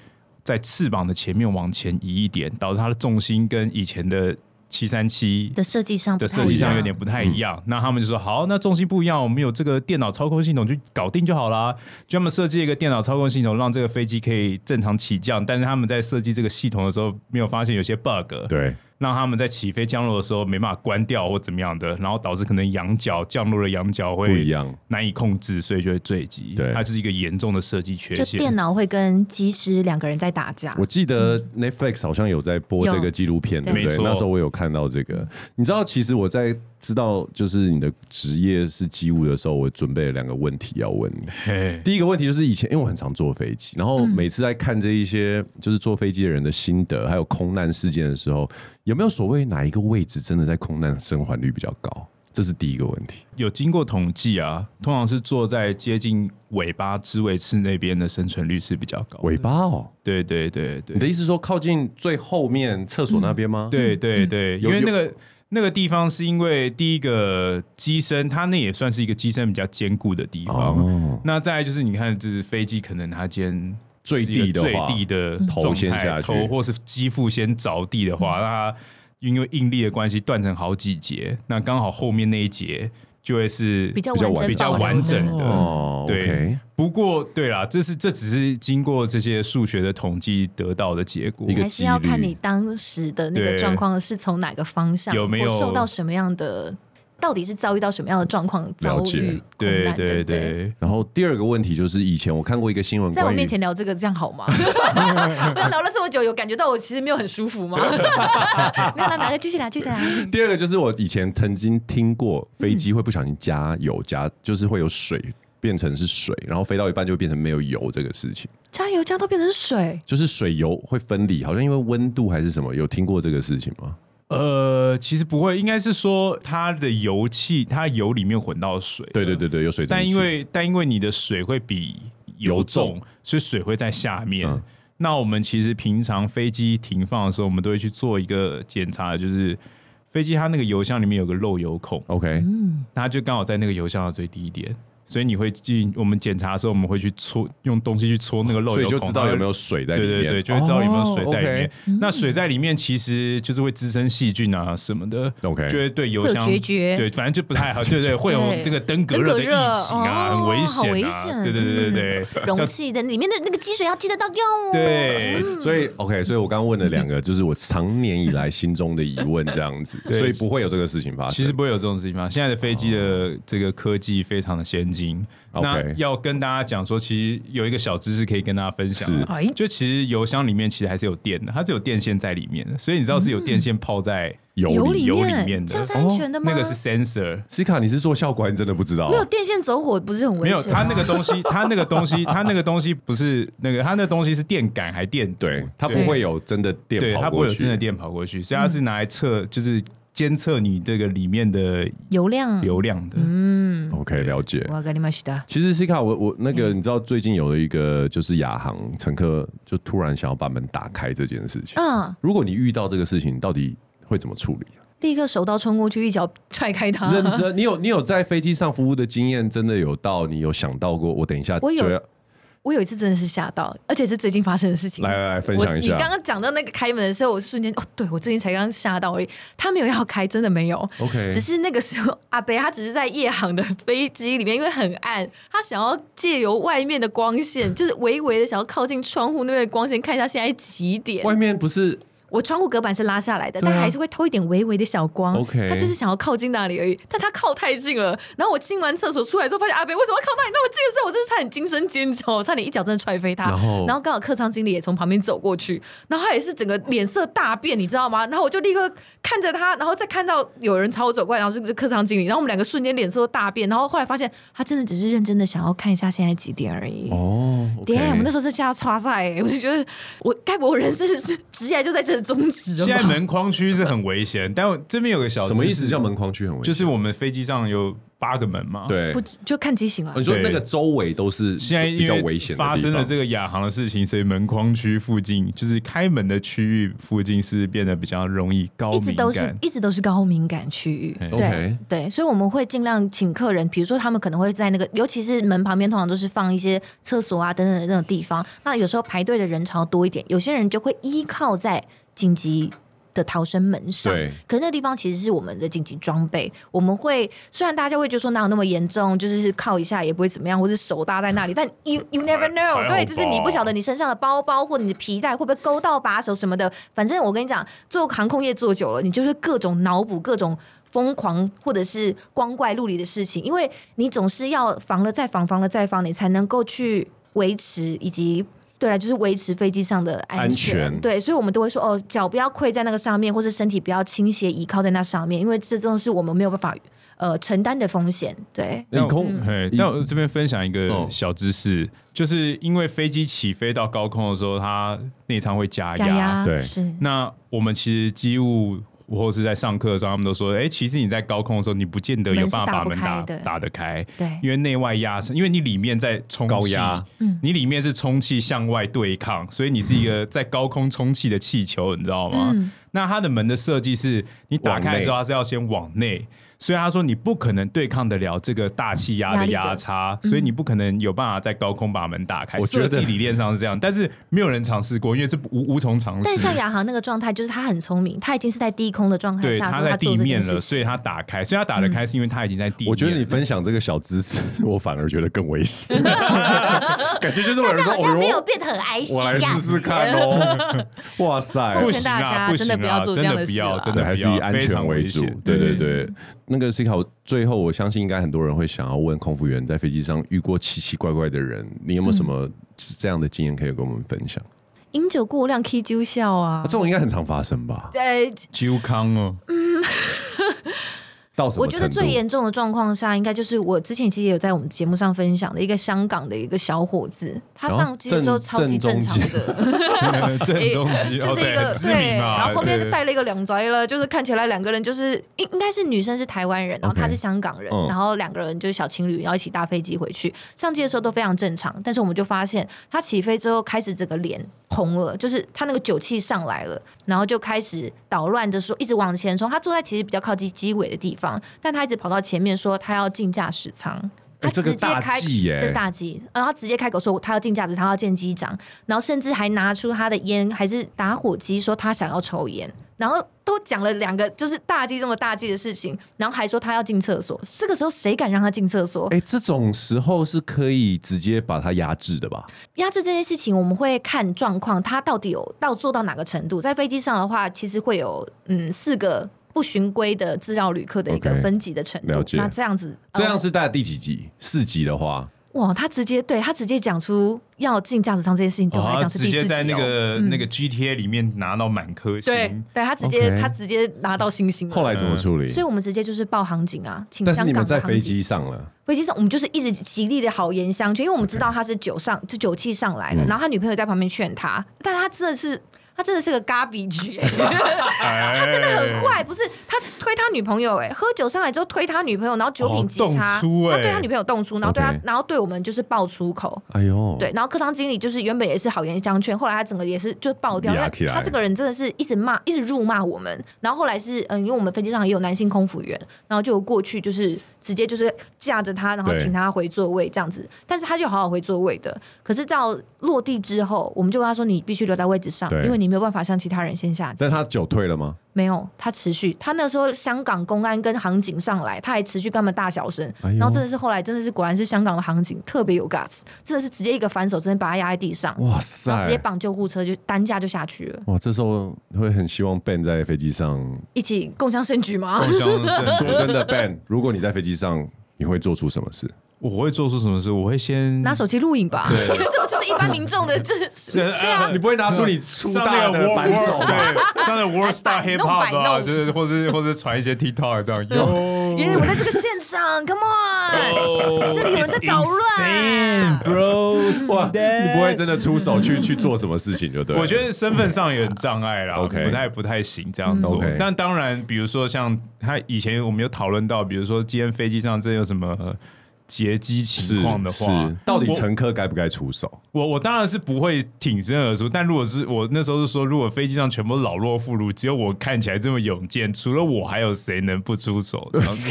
在翅膀的前面往前移一点，导致它的重心跟以前的七三七
的设计上
的
不太
设计上
一样
有点不太
嗯
一样。那他们就说好，那重心不一样，我们有这个电脑操控系统去搞定就好啦。就他们设计一个电脑操控系统，让这个飞机可以正常起降，但是他们在设计这个系统的时候，没有发现有些 bug，
对，
让他们在起飞降落的时候没办法关掉或怎么样的，然后导致可能仰角降落的仰角会
不一样，
难以控制，所以就会坠机。
对
它就是一个严重的设计缺
就
陷。
电脑会跟机师两个人在打架
我。记得 Netflix 好像有在播这个纪录片，对
有
不对
嗯没？错
那时候我有看到这个。你知道，其实我在知道就是你的职业是机务的时候，我准备了两个问题要问你。
嘿嗯
第一个问题就是以前，因为我很常坐飞机，然后每次在看这一些就是坐飞机的人的心得，还有空难事件的时候，有没有所谓哪一个位置真的在空难生还率比较高？这是第一个问题。
有经过统计啊，通常是坐在接近尾巴支尾翅那边的生存率是比较高的。
尾巴哦，
对对对
你
对嗯
的意思是说靠近最后面厕所那边吗？，
对对对，因为
嗯有
那个那个地方是因为第一个机身，它那也算是一个机身比较坚固的地方。
哦
那再来就是你看，就是飞机可能它今天
坠
是一个
地的
最
话
地的
头
状
先
态
下去嗯
头或是机腹先着地的话，那它因为应力的关系断成好几节，那刚好后面那一节就会是
比较
比较
完
完
整
比较
保留
完整的。
哦
对
OK，
不过对啦，这是这只是经过这些数学的统计得到的结果
一。个
还是要
几率
看你当时的那个
对
状况是从哪个方向，
有没有
或受到什么样的，到底是遭遇到什么样的状况，遭
了解
遇困
对
难，
对
不对。
对，
然后第二个问题就是，以前我看过一个新闻，
在我
关于
面前聊这个，这样 好吗？我想聊了这么久，有感觉到我其实没有很舒服吗？ 没有啦，马哥继续聊，继 续聊。
第二个就是我以前曾经听过，飞机会不小心加油加，就是会有水变成是水，然后飞到一半就会变成没有油这个事情，
加油加到变成水，
就是水油会分离，好像因为温度还是什么，有听过这个事情吗？
呃，其实不会，应该是说它的油气，它油里面混到水。
对对。对对，有水蒸
但
气
因为但因为你的水会比油
油
重
重，
所以水会在下面。
嗯
那我们其实平常飞机停放的时候，我们都会去做一个检查，就是飞机它那个油箱里面有个漏油孔，
OK，
它就刚好在那个油箱的最低点，所以你会进我们检查的时候，我们会去搓用东西去搓那个漏
所
油孔，
以就知道有没有
它会。
水在里
对
面，
对对，就会知道有没有水在里面
哦。
那
嗯
水在里面其实就是会滋生细菌啊什么的
OK
就会对油
会有
箱
决绝
对，反正就不太好，对对，会有
对
这个登革热的疫情啊，
登革热
很危
哦好危
险
险
啊，对对对对 对
容器的里面的那个积水要记得到用哦。
对，
所以 OK，所以我刚刚问了两个，就是我常年以来心中的疑问，这样子，
对
所以不会有这个事情发生。
其实不会有这种事情嘛。现在的飞机的这个科技非常的先进。
OK
那要跟大家讲说，其实有一个小知识可以跟大家分享
是
哎
啊，就其实油箱里面其实还是有电的，它是有电线在里面的，所以你知道是有电线泡在
油里
油里面
嗯面
的，哦
这样是安全的吗？
那个是 sensor。
西卡，你是做校官，你真的不知道哦
没有电线走火不是很危
没
险
有，
吗？
它那个 东西，它那个东西，它那个东西不是那个，它那个东西是电感还电阻
对，它不
对
会有真的
对，
电
它
跑
不会
过
有
去，
真的电跑过去，所
嗯
以它是拿来测，就是监测你这个里面的
油量，
流量的。
嗯，
OK，了解。
我要跟你们的。
其实西卡，我我那个你知道，最近有了一个就是亚航乘客就突然想要把门打开这件事情。
嗯，
如果你遇到这个事情，你到底会怎么处理啊？
立刻手刀冲过去，一脚踹开他。
认真，你有你有在飞机上服务的经验，真的有到你有想到过？我等一下
我有
就要
我有一次真的是吓到，而且是最近发生的事情。
来来来分
我
享一
你刚
下。
刚讲到那个开门的时候，我瞬间哦，对我最近才刚吓到而已。他没有要开，真的没有。
OK，
只是那个时候，阿北他只是在夜航的飞机里面，因为很暗，他想要借由外面的光线，就是微微的想要靠近窗户那边的光线，看一下现在几点。
外面不是
我窗户隔板是拉下来的，
对啊
但还是会偷一点微微的小光。
OK
他就是想要靠近那里而已，但他靠太近了。然后我清完厕所出来之后，发现阿啊北为什么要靠那里那么近的时候，我真是差点惊声尖叫，我差点一脚真的踹飞他。
然后
刚好客舱经理也从旁边走过去，然后他也是整个脸色大变，你知道吗？然后我就立刻看着他，然后再看到有人朝我走过来，然后是客舱经理，然后我们两个瞬间脸色都大变，然后后来发现他真的只是认真的想要看一下现在几点而已。
哦，OK，
爹，我们那时候是下叉赛、欸，我就觉得我该不会我人生是职业就在这终止了
现
吧？
在门框区是很危险，但我这边有个小
什么意
知
思
识
叫门框区很危险？
就是我们飞机上有八个门嘛。，
对
哦不，知就看机型了
你。说
对
那个周围都是
现在
比
因
较危险的地
为
方
发生了这个亚航的事情，所以门框区附近就是开门的区域附近是变得比较容易高
一直
敏
都是
感。
一直都是高敏感区域，
哎
对
OK
对，所以我们会尽量请客人，比如说他们可能会在那个，尤其是门旁边，通常都是放一些厕所啊等等的那种地方。那有时候排队的人潮多一点，有些人就会依靠在紧急的逃生门上
对，
可那地方其实是我们的紧急装备。我们会虽然大家会觉得说哪有那么严重，就是靠一下也不会怎么样，或是手搭在那里，但 you you never
还好
know，对，就是你不
吧
晓得你身上的包包或你的皮带会不会勾到把手什么的。反正我跟你讲，做航空业做久了，你就是各种脑补各种。疯狂或者是光怪陆离的事情，因为你总是要防了再防，防了再防，你才能够去维持以及对啊，就是维持飞机上的安全。
安全
对，所以我们都会说哦，脚不要跪在那个上面，或是身体不要倾斜倚靠在那上面，因为这种是我们没有办法呃承担的风险。对，
那你
嗯
空
嘿，
你
嗯但我这边分享一个
哦
小知识，就是因为飞机起飞到高空的时候，它内舱会加
加压
对
是
那我们其实机务或是在上课的时候，他们都说，哎、其实你在高空的时候，你不见得有办法把
门
门打
是打不开的
打得开，
对
因为内外压是，因为你里面在充气
高压，
嗯，你里面
嗯
是充气向外对抗，所以你是一个在高空充气的气球，你知道吗？那它的门的设计是你打开的时候，
往
它是要先往内，所以他说你不可能对抗得了这个大气压
压
的
力的嗯
压差，所以你不可能有办法在高空把门打开。
我觉
设
得
计理念上是这样，但是没有人尝试过，因为这无无从尝试。
但像亚航那个状态，就是他很聪明，他已经是在低空的状态
对，
下，
它
所以
在
他
地
做这
面
件事情。
了，
嗯
所以它打开，所以它打得开是因为它已经在地面。
我觉得你分享这个小知识， 我反而觉得更危险，感觉就是有人
这
说，
好像没有
哦
变得很哀
呦，
心
我来
呀
试。试看哦。 哇塞，
不
奉
行
劝大
啊，
家
不
真
行
的不
啊，
要做
真
这样
的
的
不
事
要，
啦
真
对，
的
还是
不要
以安
非常
全为
危
主
险。嗯
对对对，那个思考最后，我相信应该很多人会想要问空服员在飞机上遇过奇奇怪怪的人，你有没有什么这样的经验可以跟我们分享？
嗯饮酒过量 K 揪笑啊
啊这，种应该很常发生吧？
呃，
揪 康哦，
到什么
我
程
觉
度？
得最严重的状况下，应该就是我之前其实也有在我们节目上分享的一个香港的一个小伙子，他
哦
上机的时候超级
正
正常的，
正中基
哎就
哦，
是一
对，
个
很知名啊，
然后后面就
对
带了一个两宅了，就是看起来两个人就是应应该是女生是台湾人，然后
OK
他是香港人
嗯，
然后两个人就是小情侣，然后一起搭飞机回去，上机的时候都非常正常，但是我们就发现他起飞之后开始整个脸红了，就是他那个酒气上来了，然后就开始捣乱着说一直往前冲，他坐在其实比较靠近机尾的地方，但他一直跑到前面说他要进驾驶舱。
哎
他
这个
直接
大
开，
忌耶
这是大忌。然后他直接开口说他要进驾驶舱，他要见机长，然后甚至还拿出他的烟，还是打火机，说他想要抽烟。然后都讲了两个就是大忌中的大忌的事情，然后还说他要进厕所。这个时候谁敢让他进厕所？
哎、这种时候是可以直接把它压制的吧？
压制这件事情，我们会看状况，他到底有到做到哪个程度。在飞机上的话，其实会有嗯四个不循规的自扰旅客的一个
OK，
分级的程度。
了解
那这样子，
这样
呃
是大概第几集？四集的话，
哇，他直接对他直接讲出要进驾驶舱这件事情，对我来
哦，
讲是
直
第四
接
级、哦
在那个那个 GTA 里面拿到满颗
对
星，
对，他直接
OK
他直接拿到星星了。
后来怎么处理？
嗯所以我们直接就是报航警啊，请
但是
香
你们
港
在
的航
飞
警。
机上了，
飞机上我们就是一直极力的好言相劝，因为我们知道他是酒上就酒气上
嗯
来了，然后他女朋友在旁边劝他，但他真的是。他真的是个嘎比局、
他
他真的
哎
很坏，不是他推他女朋友哎、喝酒上来之后推他女朋友，然后酒品极差，
哦动粗欸
他对他女朋友动粗，然后对他
OK
然后对我们就是爆粗口，
哎呦，
对，，然后课堂经理就是原本也是好言相劝，后来他整个也是就爆掉，因
压起
为
来
他这个人真的是一直骂，一直辱骂我们。然后后来是嗯，因为我们飞机上也有男性空服员，然后就有过去就是直接就是架着他，然后
对
请他回座位这样子。但是他就好好回座位的，可是到落地之后，我们就跟他说你必须留在位置上
对，
因为你没有办法像其他人先下机
但。他酒退了吗？
没有，他持续，他那时候香港公安跟航警上来，他还持续跟他们大小声，
哎呦
然后真的是后来真的是果然是香港的航警特别有 guts，真的是直接一个反手，真的把他压在地上，
哇
然后直接
塞！
绑救护车就担架就下去了，
哇，这时候会很希望 Ben 在飞机 上。
一起共襄盛举
哎
哦
吗？
说真的，Ben，如果你在飞机上，你会做出什么事？
我会做出什么事？我会先
拿手机录影吧，
对
这不就是一般民众 的，就是
这啊
你不会拿出你粗
上
大
那个
的
War
扳手吧？
对，上那个 World Star
摆
Hip
弄
Hop
摆
啊，
弄
就是或是或是传一些 TikTok 这样。哟，
耶，我在这个现场，Come on，这
哦
里有人在捣乱
，Bro，
哇，你不会真的出手 去去做什么事情就对了。
我觉得身份上也很障碍啦
OK
不太不太行这样
嗯
做
OK。
但当然，比如说像他以前我们有讨论到，比如说今天飞机上真有什么呃劫机情
是
况的话
是，到底
我
乘客该不该出手？
我我当然是不会挺身而出，但如果是我那时候是说，如果飞机上全部老弱妇孺，只有我看起来这么勇健，除了我还有谁能不出手？然后就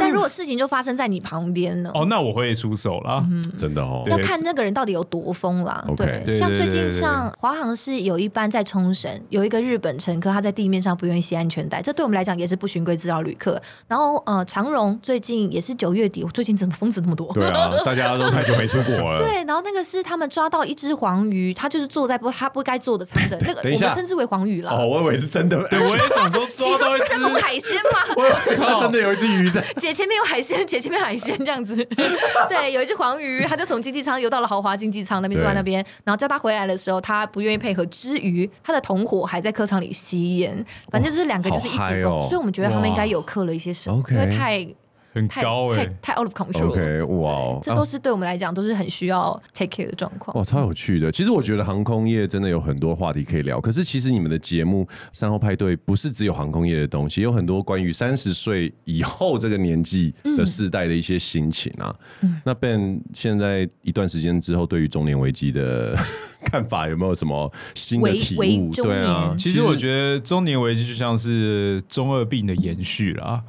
但如果事情就发生在你旁边呢？
哦，那我会出手啦。
嗯
真的哦，
对
要看那个人到底有多疯啦。
OK
对
像
对
最
对
近
对
像华航是有一班在冲绳，有一个日本乘客他在地面上不愿意系安全带，这对我们来讲也是不循规制造旅客。然后呃，长荣最近也是九月底，我最近怎么疯子那么多？
对啊，大家都太久没出国了。
对，然后那个是他们抓到一只黄鱼，它就是坐在不它不该坐的舱的那个，
等一
我
下
们称之为黄鱼啦。
哦，我以为是真的，
啊对，我也想说 抓
你
到
说
一
是
只
生猛海鲜吗？
我 以为他真的有一只鱼在。
姐前面有海鲜，姐前面有海鲜这样子。 对，有一只黄鱼，它就从经济舱游到了豪华经济舱那边，
对
坐在那边。然后叫他回来的时候，他不愿意配合，之余他的同伙还在客舱里吸烟。反正就是两个就是一起
好嗨
疯，
哦
所以我们觉得他们应
哇
该有刻了一些什么
OK 欸
因为太
很
太
高哎、
太太 out of control 了。
OK，哇哦，
这都是对我们来讲都是很需要 take care 的状况。
哇，超有趣的。其实我觉得航空业真的有很多话题可以聊，可是其实你们的节目《三号派对》不是只有航空业的东西，有很多关于三十岁以后这个年纪的世代的一些
嗯
心情啊。那 Ben 现在一段时间之后，对于中年危机的 看法有没有什么新的
为
体
为
悟？
中
对啊
年，
其实我觉得中年危机就像是中二病的延续啦。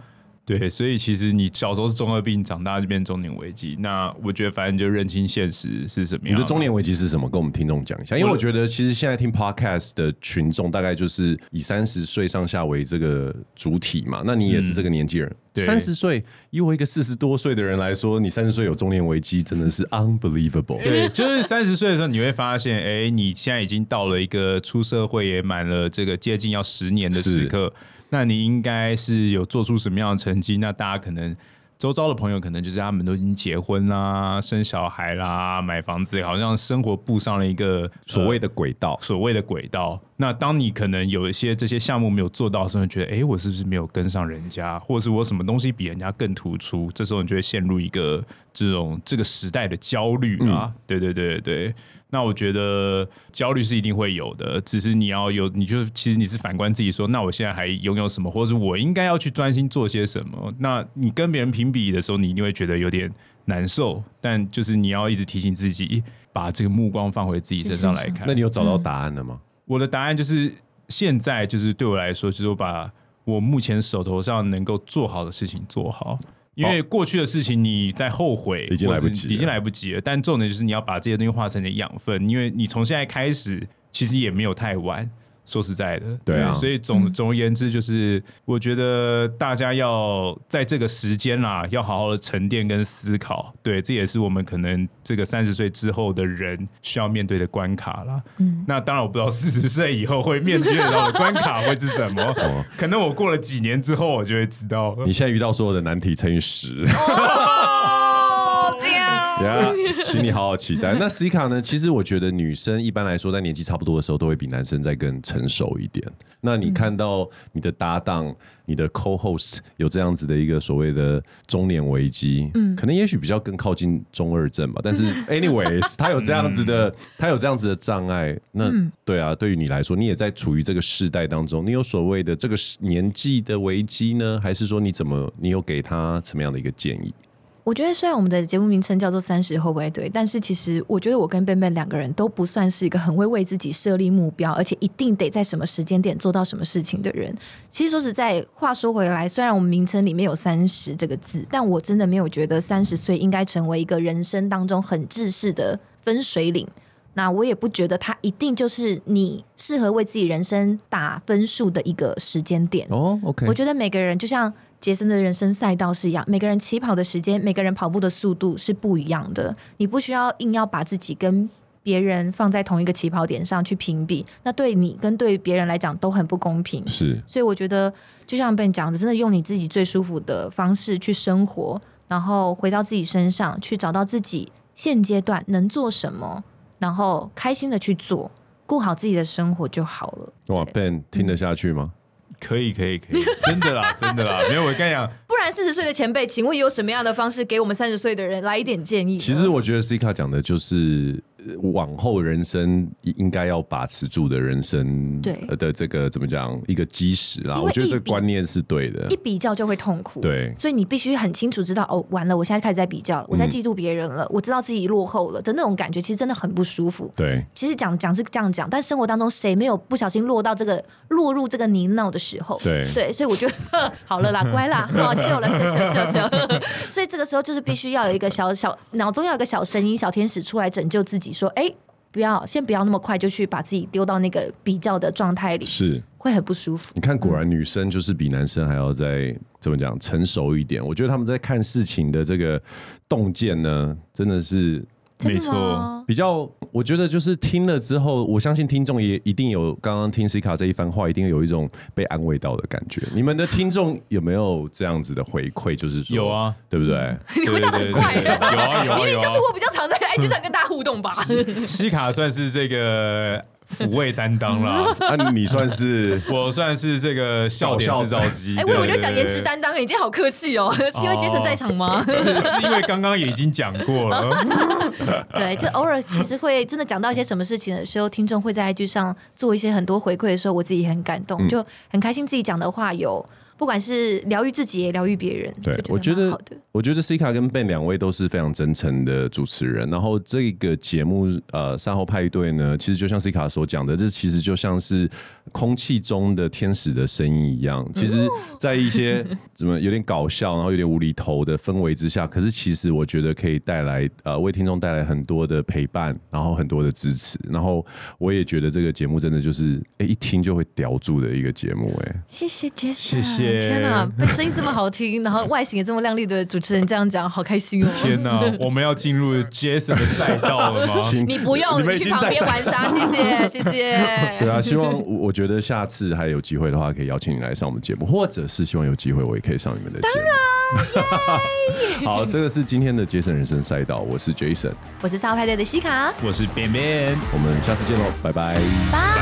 对，所以其实你小时候是中二病，长大就变中年危机。那我觉得反正就认清现实是什么
你
样。
的中年危机是什么？跟我们听众讲一下，因为我觉得其实现在听 podcast 的群众大概就是以三十岁上下为这个主体嘛。那你也是这个年纪人，
嗯对
三十岁，以我一个四十多岁的人来说，你三十岁有中年危机真的是 unbelievable。
对，就是三十岁的时候，你会发现，哎、你现在已经到了一个出社会也满了这个接近要十年的时刻，那你应该是有做出什么样的成绩？那大家可能周遭的朋友，可能就是他们都已经结婚啦、生小孩啦、买房子，好像生活步上了一个呃
所谓
的。
的轨道，
所谓的轨道。那当你可能有一些这些项目没有做到的时候，你觉得哎、诶我是不是没有跟上人家，或者是我什么东西比人家更突出？这时候你就会陷入一个这种这个时代的焦虑啊！对对对对对。那我觉得焦虑是一定会有的，只是你要有，你就其实你是反观自己说，那我现在还拥有什么，或者是我应该要去专心做些什么？那你跟别人评比的时候，你一定会觉得有点难受，但就是你要一直提醒自己，把这个目光放回自己身上来看。嗯
那你有找到答案了吗？
我的答案就是现在就是对我来说，就是我把我目前手头上能够做好的事情做好。因为过去的事情你在后悔，
已经来不及
或是
了
已经来不及了。但重点就是你要把这些东西化成你的养分，因为你从现在开始其实也没有太晚。说实在的，
对啊
所以总
嗯
总而言之，就是我觉得大家要在这个时间啦，要好好的沉淀跟思考。对，这也是我们可能这个三十岁之后的人需要面对的关卡啦。嗯，那当然我不知道 四十岁以后会面对到的关卡会是什么，可能我过了几年之后，我就会知道。
你现在遇到所有的难题乘以十。
哦，这样
呀，请你好好期待。那 C 卡呢？其实我觉得女生一般来说在年纪差不多的时候，都会比男生再更成熟一点。那你看到你的搭档、你的 co-host 有这样子的一个所谓的中年危机，嗯，可能也许比较更靠近中二症吧。但是 anyways，他有这样子的，他有这样子的障碍。那对啊，对于你来说，你也在处于这个世代当中，你有所谓的这个时年纪的危机呢，还是说你怎么，你有给他什么样的一个建议？
我觉得虽然我们的节目名称叫做“三十后不爱对”，但是其实我觉得我跟贝贝两个人都不算是一个很会为自己设立目标，而且一定得在什么时间点做到什么事情的人。其实说实在，话说回来，虽然我们名称里面有“三十”这个字，但我真的没有觉得三十岁应该成为一个人生当中很制式的分水岭。那我也不觉得它一定就是你适合为自己人生打分数的一个时间点。
哦，OK，
我觉得每个人就像杰森的人生赛道是一样，每个人起跑的时间、每个人跑步的速度是不一样的。你不需要硬要把自己跟别人放在同一个起跑点上去评比，那对你跟对别人来讲都很不公平。
是。
所以我觉得，就像被你讲的，真的用你自己最舒服的方式去生活，然后回到自己身上，去找到自己现阶段能做什么，然后开心的去做，顾好自己的生活就好了。
哇
对嗯
，Ben 听得下去吗？
可以，可以，可以，真的啦，真的啦。没有，我跟你讲，
不然四十岁的前辈，请问有什么样的方式给我们三十岁的人来一点建议？
其实我觉得 C 卡讲的就是呃往后人生应该要把持住的人生
对
呃的这个怎么讲一个基石啦。
因为
我觉得这个
一比
观念是对的
一。比较就会痛苦，
对嗯
所以你必须很清楚知道，哦，完了，我现在开始在比较了，我在嫉妒别人了，我知道自己落后了的那种感觉，其实真的很不舒服。
对，
其实讲讲是这样讲，但生活当中谁没有不小心落到这个落入这个泥淖的时候？
对
所以我觉得 好了啦， 乖啦，好秀了，秀秀秀秀。 所以这个时候就是必须要有一个小小脑中要有一个小声音、小天使出来拯救自己，说：“哎，不要，先不要那么快就去把自己丢到那个比较的状态里，
是。
会很不舒服。
你看，果然女生就是比男生还要再怎么讲成熟一点。我觉得他们在看事情的这个洞见呢，真的是”
真
没
的
错，
吗？
比较，我觉得就是听了之后，我相信听众也一定有刚刚听 C 卡这一番话，一定有一种被安慰到的感觉。你们的听众有没有这样子的回馈？就是说，
有啊，
对不对？
你
回答得很快
有啊，有啊，
明明
有
就
啊
是。我比较常在 IG 上跟大家互动吧。
西卡算是这个抚慰担 当啦，
啊，你算是
我算是这个笑点制造机。
哎，我以为你要讲颜值担当，你今天好客气哦，是因为杰森在场吗？
对，对对是是因为刚刚也已经讲 过了，
对，就偶尔其实会真的讲到一些什么事情的时候，听众会在 IG 上做一些很多回馈的时候，我自己也很感动，就很开心自己讲的话有。不不管是疗愈自己也疗愈别人，
对，
我
我觉
蛮
得
好的，
我觉得 C 卡跟 Ben 两位都是非常真诚的主持人。然后这个节目，呃，善后派对呢，其实就像 C 卡所讲的，这其实就像是空气中的天使的声音一样。其实，在一些怎么有点搞笑，然后有点无厘头的氛围之下，可是其实我觉得可以带来呃为听众带来很多的陪伴，然后很多的支持。然后我也觉得这个节目真的就是，哎、一听就会叼住的一个节目、诶
谢谢 Jess，
谢谢
天哪，被声音这么好听，然后外形也这么靓丽的主持人这样讲，好开心哦！
天哪，我们要进入 Jason 的赛道了吗？
请
你不用，
你们
你
已
去
经
旁
在
边玩沙，谢谢，谢谢。
对啊，希望我我觉得下次还有机会的话，可以邀请你来上我们节目，或者是希望有机会我也可以上你们的节目。 好，这个是今天的杰森人生赛道，我是 Jason，
我是沙派对的西卡，
我是边边。
我们下次见喽，拜拜。
拜。